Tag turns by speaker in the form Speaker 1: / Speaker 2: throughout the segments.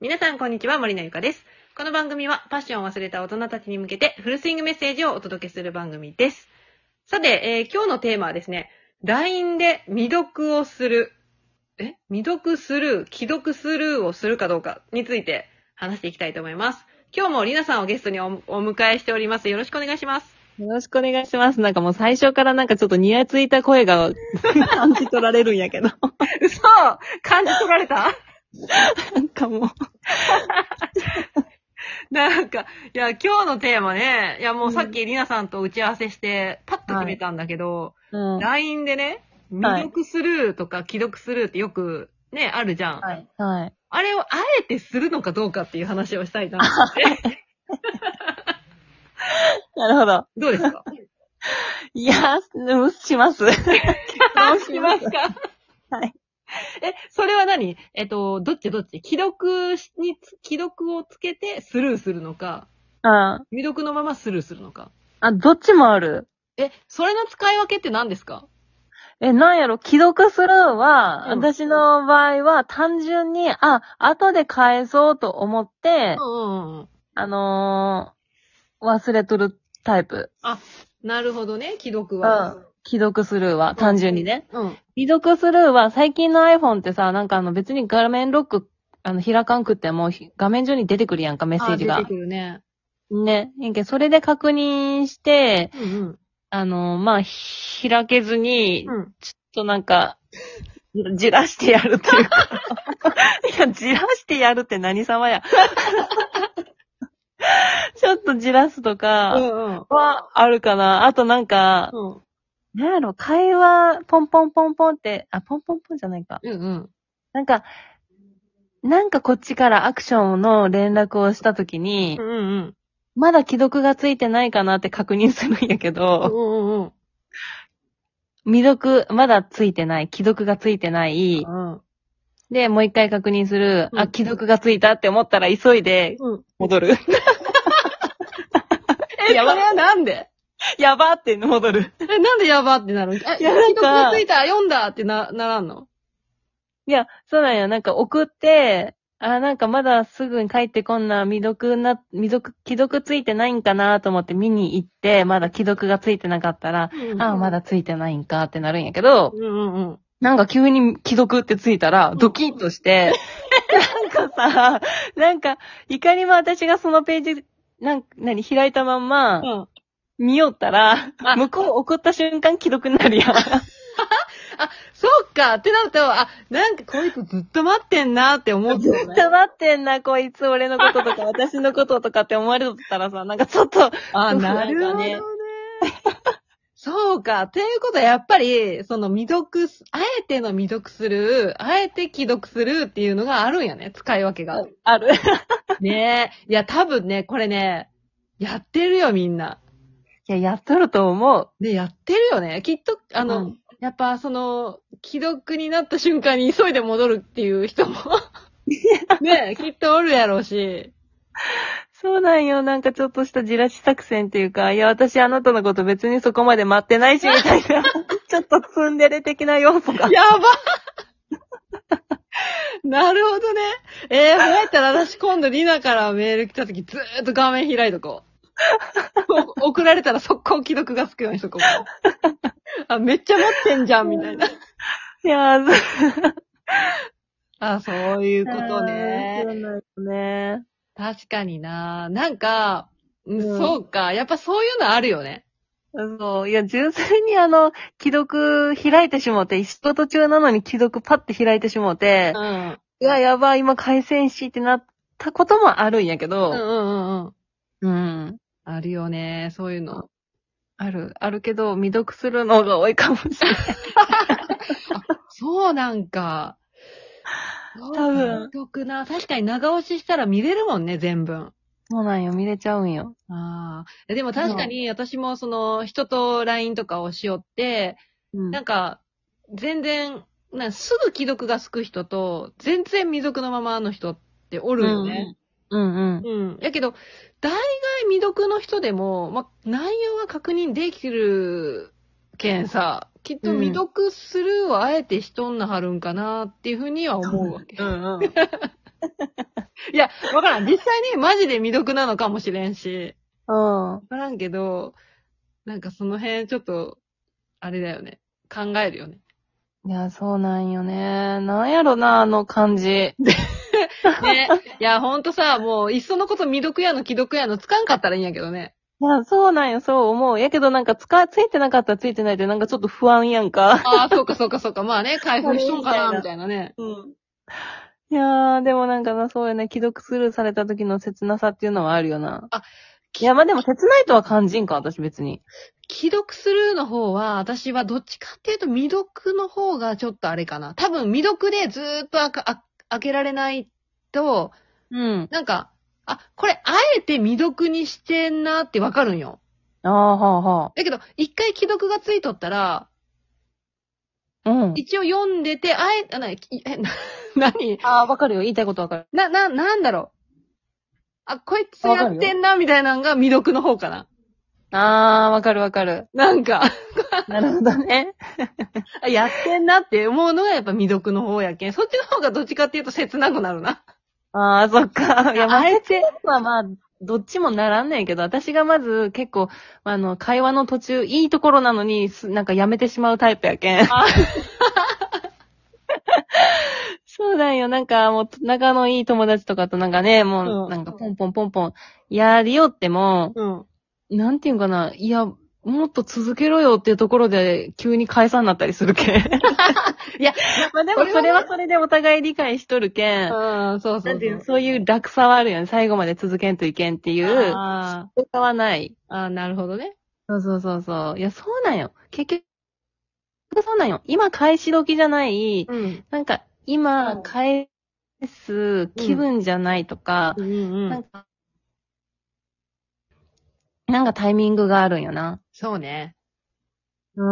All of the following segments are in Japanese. Speaker 1: 皆さん、こんにちは。森のゆかです。この番組は、パッションを忘れた大人たちに向けて、フルスイングメッセージをお届けする番組です。さて、えー今日のテーマはですね、LINE で未読をする、え未読スルー、既読スルーをするかどうかについて話していきたいと思います。今日もりなさんをゲストにおお迎えしております。よろしくお願いします。
Speaker 2: よろしくお願いします。なんかもう最初からなんかちょっとニヤついた声 が感じ取られるんやけど。
Speaker 1: 嘘感じ取られた
Speaker 2: なんかもう。
Speaker 1: なんか、いや、今日のテーマね、いや、もうさっきりなさんと打ち合わせして、パッと決めたんだけど、
Speaker 2: うん。
Speaker 1: LINE でね、
Speaker 2: はい
Speaker 1: 未読スルーとか既読スルーってよくね、あるじゃん。
Speaker 2: い。はい。
Speaker 1: あれをあえてするのかどうかっていう話をしたいなと思って。
Speaker 2: なるほ ど。
Speaker 1: どうですか
Speaker 2: いやー、し ます。どう
Speaker 1: どうします か
Speaker 2: はい。
Speaker 1: え、それは何えっと、どっちどっち既読につ、既読をつけてスルーするのか、
Speaker 2: うん。
Speaker 1: 未読のままスルーするのか。
Speaker 2: あ、どっちもある。
Speaker 1: え、それの使い分けって何ですか
Speaker 2: え、なんやろ、既読スルーは、
Speaker 1: うん
Speaker 2: 私の場合は単純に、あ、後で返そうと思って
Speaker 1: う、んうんうん。
Speaker 2: あのー、忘れとるタイプ。
Speaker 1: なるほどね、既読
Speaker 2: うん
Speaker 1: は。。
Speaker 2: 既読スルーは、単純にね。
Speaker 1: うん。
Speaker 2: 未読スルーは最近の iPhone ってさ、なんかあの別に画面ロック、あの開かんくってもひ画面上に出てくるやんか、メッセージ
Speaker 1: あ
Speaker 2: が
Speaker 1: 出て。くるね。
Speaker 2: ね。やんけそれで確認して、
Speaker 1: うんうん。
Speaker 2: あの、まあ、ひ開けずに、ちょっ
Speaker 1: うん。
Speaker 2: となんか、じらしてやるっていう か。いや、じらしてやるって何様や。 ちょっとじらすと
Speaker 1: う
Speaker 2: か、
Speaker 1: んうん。
Speaker 2: はあるかな。あとなんか、
Speaker 1: うん
Speaker 2: なんやろ、会話、ポンポンポンポンって、あ、ポンポンポンじゃないか。
Speaker 1: うんうん。
Speaker 2: なんか、なんかこっちからアクションの連絡をしたときに
Speaker 1: う、んうん
Speaker 2: まだ既読がついてないかなって確認するんやけ
Speaker 1: うん。
Speaker 2: ど、
Speaker 1: うんうん
Speaker 2: 未読、まだついてない、既読がついてない、
Speaker 1: うん。
Speaker 2: で、もう一回確認する、
Speaker 1: う
Speaker 2: あ
Speaker 1: ん、
Speaker 2: 既読がついたって思ったら急いで
Speaker 1: うん。
Speaker 2: 戻る。
Speaker 1: え、それ
Speaker 2: やば
Speaker 1: はなんで
Speaker 2: やばって戻る。
Speaker 1: え、なんでやばってなるあ、
Speaker 2: いやなん
Speaker 1: 既
Speaker 2: か
Speaker 1: 読ついた、読んだってな、ならんの
Speaker 2: いや、そうなんや、なんか送って、あ、なんかまだすぐに帰ってこんな、未読な、未読、既読ついてないんかなと思って見に行って、まだ既読がついてなかったら、ああ、ま。だついてないんかってなるんやけど
Speaker 1: う、んうんうん。
Speaker 2: なんか急に既読ってついたら、ドキッとして、なんかさ、なんか、いかにも私がそのページ、なんか、何、開いたまんま、
Speaker 1: うん。
Speaker 2: 見よったら
Speaker 1: あ、
Speaker 2: 向こう送った瞬間既読になるやん。
Speaker 1: そっかってなると、あ、なんかこいつずっと待ってんなって 思って、
Speaker 2: ずっと待ってんな、こいつ、俺のこととか、私のこととかって思われとったらさ、なんかちょっと、
Speaker 1: あ、
Speaker 2: そう
Speaker 1: なるほど
Speaker 2: なん
Speaker 1: ね
Speaker 2: かね。
Speaker 1: そうか。っていうことは、やっぱり、その未読す、あえての未読する、あえて既読するっていうのがあるんやね。使い分けが。
Speaker 2: あ る。
Speaker 1: ねえ。いや、多分ね、これね、やってるよ、みんな。
Speaker 2: いや、やっとると思う。
Speaker 1: で、やってるよね。きっと、あの、
Speaker 2: うん
Speaker 1: やっぱ、その、既読になった瞬間に急いで戻るっていう人も、 ねえ、きっとおるやろうし。
Speaker 2: そうなんよ。なんかちょっとしたじらし作戦っていうか、いや、私あなたのこと別にそこまで待ってないし、みたい な。ちょっとツンデレ的な要素が。
Speaker 1: や ばなるほどね。えー、そうやったら私今度リナからメール来た時ずーっと画面開いとこ う。お送られたら速攻既読がつくようにしとこう。あ、めっちゃ持ってんじゃん、みたいな。
Speaker 2: いやー、
Speaker 1: あ、そういうこ
Speaker 2: そう
Speaker 1: とね。
Speaker 2: なんよね。
Speaker 1: 確かにななんか、うん
Speaker 2: うん
Speaker 1: そうか。やっぱそういうのあるよね。
Speaker 2: そう。いや、純粋にあの、既読開いてしもうて、仕事中なのに既読パッて開いてしもうて、
Speaker 1: ん。
Speaker 2: うわ、やばい、今回線しってなったこともあるんやけ
Speaker 1: うんう
Speaker 2: ど、
Speaker 1: んうんうん。
Speaker 2: うん。
Speaker 1: あるよね、そういうの。
Speaker 2: ある、あるけど、未読するのが多いかもしれない。
Speaker 1: そうなんか。
Speaker 2: 多分
Speaker 1: 独特な。確かに長押ししたら見れるもんね、全文。
Speaker 2: そうなんよ、見れちゃうんよ。
Speaker 1: ああ。でも確かに私もその人と LINE とかをしよって、
Speaker 2: うん
Speaker 1: なんか、全然、なんかすぐ既読がつく人と、全然未読のままの人っておるよね。
Speaker 2: うんうん。
Speaker 1: うん。やけど、大概未読の人でも、ま、内容は確認できるけんさ、きっと
Speaker 2: うん
Speaker 1: 未読スルーをあえてしとんなはるんかなっていうふうには思うわけ。
Speaker 2: うんうん。
Speaker 1: いや、わからん。実際にマジで未読なのかもしれんし。
Speaker 2: うん。
Speaker 1: わからんけど、なんかその辺ちょっと、あれだよね。考えるよね。
Speaker 2: いや、そうなんよね。なんやろな、あの感じ。
Speaker 1: ね。いや、ほんとさ、もう、いっそのこと未読やの既読やのつかんかったらいいんやけどね。
Speaker 2: いや、そうなんよ、そう思う。やけどなんか、つか、ついてなかったらついてないで、なんかちょっと不安やんか。
Speaker 1: ああ、そうかそうかそうか。まあね、開封しとんか な、みたいなね。
Speaker 2: うん。 いやー、でもなんかな、そうやね、既読スルーされた時の切なさっていうのはあるよな。
Speaker 1: あ、
Speaker 2: いや、まあでも切ないとは感じんか、私別に。
Speaker 1: 既読スルーの方は、私はどっちかっていうと未読の方がちょっとあれかな。多分未読でずーっとあかあ開けられないと、
Speaker 2: うん。
Speaker 1: なんか、あ、これあえて未読にしてんなってわかるんよ。
Speaker 2: あー、はあ、は
Speaker 1: だけど、一回既読がついとったら、
Speaker 2: あ。うん。
Speaker 1: 一応読んでて、あえ、あ、な、いえ、な、 何
Speaker 2: あー、わかるよ。言いたいことわかる。
Speaker 1: な、な、なんだろう。あ、こいつやってんな、みたいなのが未読の方かな。
Speaker 2: あー、わかるわかる。
Speaker 1: なんか、
Speaker 2: なるほどね。
Speaker 1: あやってんなって思うのがやっぱ未読の方やけん。そっちの方がどっちかっていうと切なくなるな。
Speaker 2: ああ、そっか。いや、まあ
Speaker 1: あえて、
Speaker 2: まあまあ、どっちもならんねんけど、私がまず結構、あの、会話の途中、いいところなのに、すなんかやめてしまうタイプやけん
Speaker 1: あ。
Speaker 2: そうだよ。なんかもう、仲のいい友達とかとなんかね、
Speaker 1: う
Speaker 2: もう、
Speaker 1: ん
Speaker 2: なんかポンポンポンポン、やりよっても、
Speaker 1: うん。
Speaker 2: なんていうんかな、いや、もっと続けろよっていうところで、急に解散になったりするけん。 い
Speaker 1: や、
Speaker 2: まあでもそれはそれでお互い理解しとるけん。
Speaker 1: うん、そうそ
Speaker 2: なん
Speaker 1: う
Speaker 2: ていうの
Speaker 1: そ。
Speaker 2: そういう落差はあるよね。最後まで続けんといけんっていうう、
Speaker 1: あ
Speaker 2: 落差はない。
Speaker 1: ーあー、なるほどね。
Speaker 2: そうそうそうそう。いや、そうなんよ。結局、そうなんよ。今、返し時じゃない、
Speaker 1: うん。
Speaker 2: なんか、
Speaker 1: う
Speaker 2: 今、
Speaker 1: ん
Speaker 2: 返す気分じゃないとか
Speaker 1: う、んう
Speaker 2: なん
Speaker 1: ん。
Speaker 2: か、なんかタイミングがあるんよな。
Speaker 1: そうね。
Speaker 2: う。
Speaker 1: そ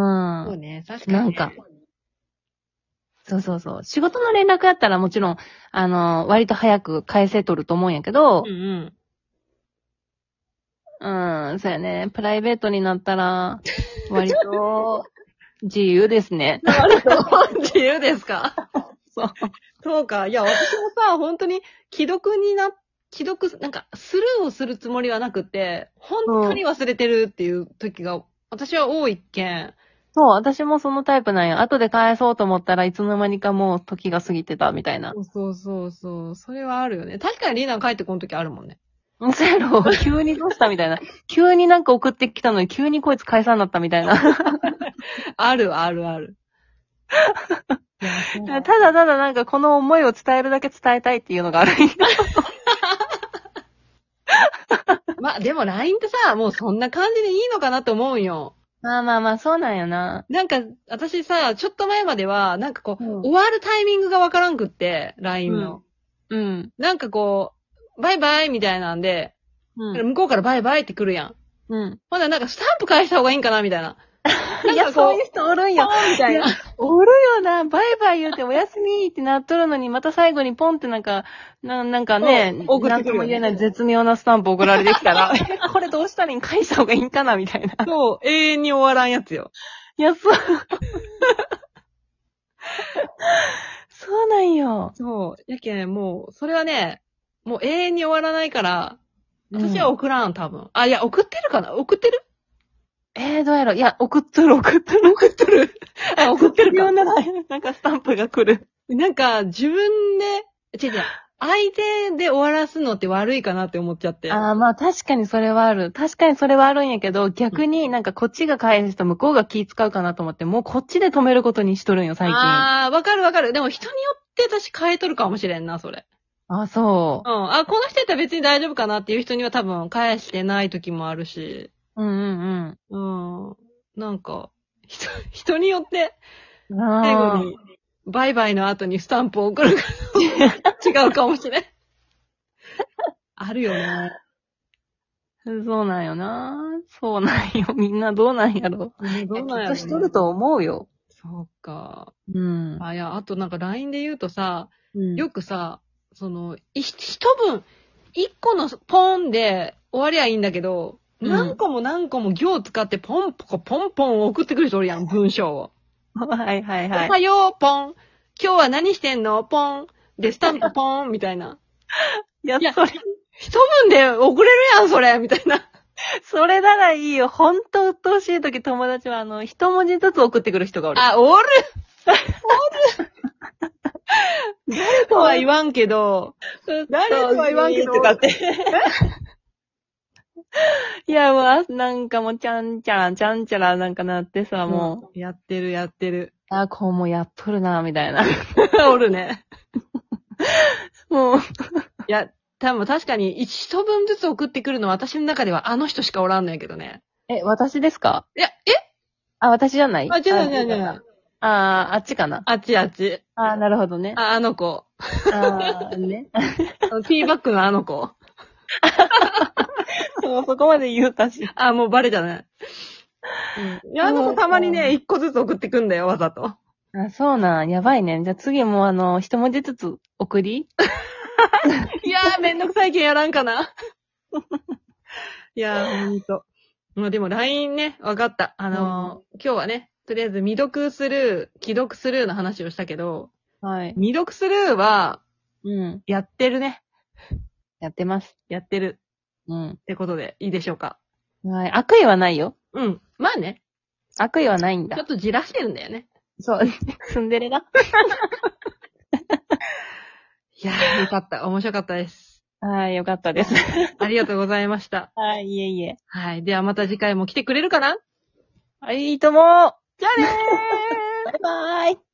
Speaker 1: うんね。確かに。
Speaker 2: なんか。そうそうそう。仕事の連絡やったらもちろん、あの、割と早く返せとると思うんやけど、
Speaker 1: うんうん。
Speaker 2: うん、そうやね。プライベートになったら、割と、自由ですね。
Speaker 1: 自由ですか
Speaker 2: そう。
Speaker 1: そうか。いや、私もさ、本当に、既読にな、既読、なんか、スルーをするつもりはなくて、本当に忘れてるっていう時が、私は多いけん。
Speaker 2: そう、私もそのタイプなんや。後で返そうと思ったらいつの間にかもう時が過ぎてたみたいな。
Speaker 1: そうそうそう。それはあるよね。確かにリーナ帰ってこん時あるもんね。
Speaker 2: そうやろ急にどうしたみたいな。急になんか送ってきたのに急にこいつ解散になったみたいな。
Speaker 1: あるあるある。 いやそう
Speaker 2: ただただなんかこの思いを伝えるだけ伝えたいっていうのが ある。
Speaker 1: まあでも LINE ってさ、もうそんな感じでいいのかなと思うんよ。
Speaker 2: まあまあまあ、そうなんやな。
Speaker 1: なんか、私さ、ちょっと前までは、なんかこう、
Speaker 2: うん
Speaker 1: 終わるタイミングがわからんくって、LINE の。
Speaker 2: うん。
Speaker 1: なんかこう、バイバイみたいなんで、
Speaker 2: うん。
Speaker 1: 向こうからバイバイって来るやん。
Speaker 2: うん。
Speaker 1: ほんならなんかスタンプ返した方がいいんかなみたいな。
Speaker 2: いや、そういう人おるんよ。
Speaker 1: みたいな。
Speaker 2: おるよな、バイバイ言うておやすみってなっとるのに、また最後にポンってなんか、ななんかね、
Speaker 1: そう送っ
Speaker 2: な
Speaker 1: て
Speaker 2: ん
Speaker 1: く
Speaker 2: と
Speaker 1: るよ
Speaker 2: も
Speaker 1: ね
Speaker 2: 言えない絶妙なスタンプ送られてきたら、 えこれどうしたらいいん返した方がいいんかなみたいな。
Speaker 1: そう、永遠に終わらんやつよ。
Speaker 2: いや、そう。そうなんよ。
Speaker 1: そう。やけん、もう、それはね、もう永遠に終わらないから、私は
Speaker 2: うん、
Speaker 1: 送らん、多分。あ、いや、送ってるかな送ってる
Speaker 2: えー、どうやろいや、送っとる、送っとる。送っと る。
Speaker 1: あ、送ってる
Speaker 2: よう
Speaker 1: か。
Speaker 2: な、なんかスタンプが来る。
Speaker 1: なんか、自分で、違う 違う、相手で終わらすのって悪いかなって思っちゃって。
Speaker 2: ああ、まあ確かにそれはある。確かにそれはあるんやけど、逆になんかこっちが返すと向こうが気使うかなと思って、もうこっちで止めることにしとるんよ、最近。
Speaker 1: あーわかるわかる。でも人によって私変えとるかもしれんな、それ。
Speaker 2: あ、そ
Speaker 1: うん。あ、この人やったら別に大丈夫かなっていう人には多分返してない時もあるし。
Speaker 2: う。うんうん
Speaker 1: うん。なんか、人、人によって、
Speaker 2: うん。
Speaker 1: 最
Speaker 2: 最
Speaker 1: 後に、バイバイの後にスタンプを送るから、違う かもしれん。あるよ ね。
Speaker 2: そうなんよな。そうなんよ。 みんなどうなんやろ。
Speaker 1: どうなんや
Speaker 2: きっ
Speaker 1: ろ
Speaker 2: と
Speaker 1: ね
Speaker 2: しとると思うよ。
Speaker 1: そうか。
Speaker 2: うん。
Speaker 1: あ、いや、あとなんか LINE で言うとさ、よ
Speaker 2: く、
Speaker 1: くさ、その、い一文、一個のポンで終わりゃいいんだけど、
Speaker 2: うん
Speaker 1: 何個も何個も行使ってポンポコポンポン送ってくる人おるやん、文章を。
Speaker 2: はいはい
Speaker 1: お
Speaker 2: はい。
Speaker 1: は よう、ポン。今日は何してんのポン。で、スタンプポン、みたいな。
Speaker 2: いや
Speaker 1: いや
Speaker 2: それ、
Speaker 1: 一文で遅れるやん、それみたいな。
Speaker 2: それならいいよ。ほんと鬱陶しい時友達は、あの、一文字ずつ送ってくる人がおる。
Speaker 1: あ、 おる
Speaker 2: 誰
Speaker 1: とは言わんけど、誰とは言わんけど、
Speaker 2: とかっ
Speaker 1: って。
Speaker 2: いや、もうあ、なんかもう、ちゃんちゃら、ちゃんちゃらなんかなってさ、もう、
Speaker 1: もう、やってる、やってる。
Speaker 2: あ、こうもやっとるな、みたいな。
Speaker 1: おるね。
Speaker 2: もう、
Speaker 1: いや、多分確かに、一文ずつ送ってくるのは私の中ではあの人しかおらんのやけどね。
Speaker 2: え、私ですか
Speaker 1: いや、
Speaker 2: あ、私じゃない
Speaker 1: えあ、違う違う違う。
Speaker 2: あー、あっちかな。
Speaker 1: あっちあっち。
Speaker 2: あー、なるほどね。
Speaker 1: あ、あの子。
Speaker 2: あー、 ね。
Speaker 1: あのティーバッグのあの子。
Speaker 2: そうそこまで言うたし。
Speaker 1: あ、もうバレたね。いや、あの
Speaker 2: う
Speaker 1: 子
Speaker 2: ん
Speaker 1: たまにね、一個ずつ送ってくんだよ、わざと。
Speaker 2: あ、そうなん。やばいね。じゃあ次もうあの、一文字ずつ送り
Speaker 1: いやー、めんどくさいけんやらんかな。 いやー、ほんと。まあでも LINE ね、わかった。あのー今日はね、とりあえず未読スルー、既読スルーの話をしたけど、
Speaker 2: はい。
Speaker 1: 未読スルーは、
Speaker 2: うん。
Speaker 1: やってるね。
Speaker 2: やってます。
Speaker 1: やってる。
Speaker 2: うん。
Speaker 1: ってことで、いいでしょうか。
Speaker 2: はい。悪意はないよ。
Speaker 1: うん。まあね、
Speaker 2: 悪意はないん
Speaker 1: ちょっ
Speaker 2: だ。
Speaker 1: とじらしてるんだよね。
Speaker 2: そう。 ツンデレだ。
Speaker 1: いやー、よかった。面白かった です。
Speaker 2: はい、よかったです。
Speaker 1: ありがとうございました。
Speaker 2: はい、いえいえ。
Speaker 1: はい。ではまた次回も来てくれるかな
Speaker 2: はい、いいとも
Speaker 1: じゃあねー
Speaker 2: バイバイ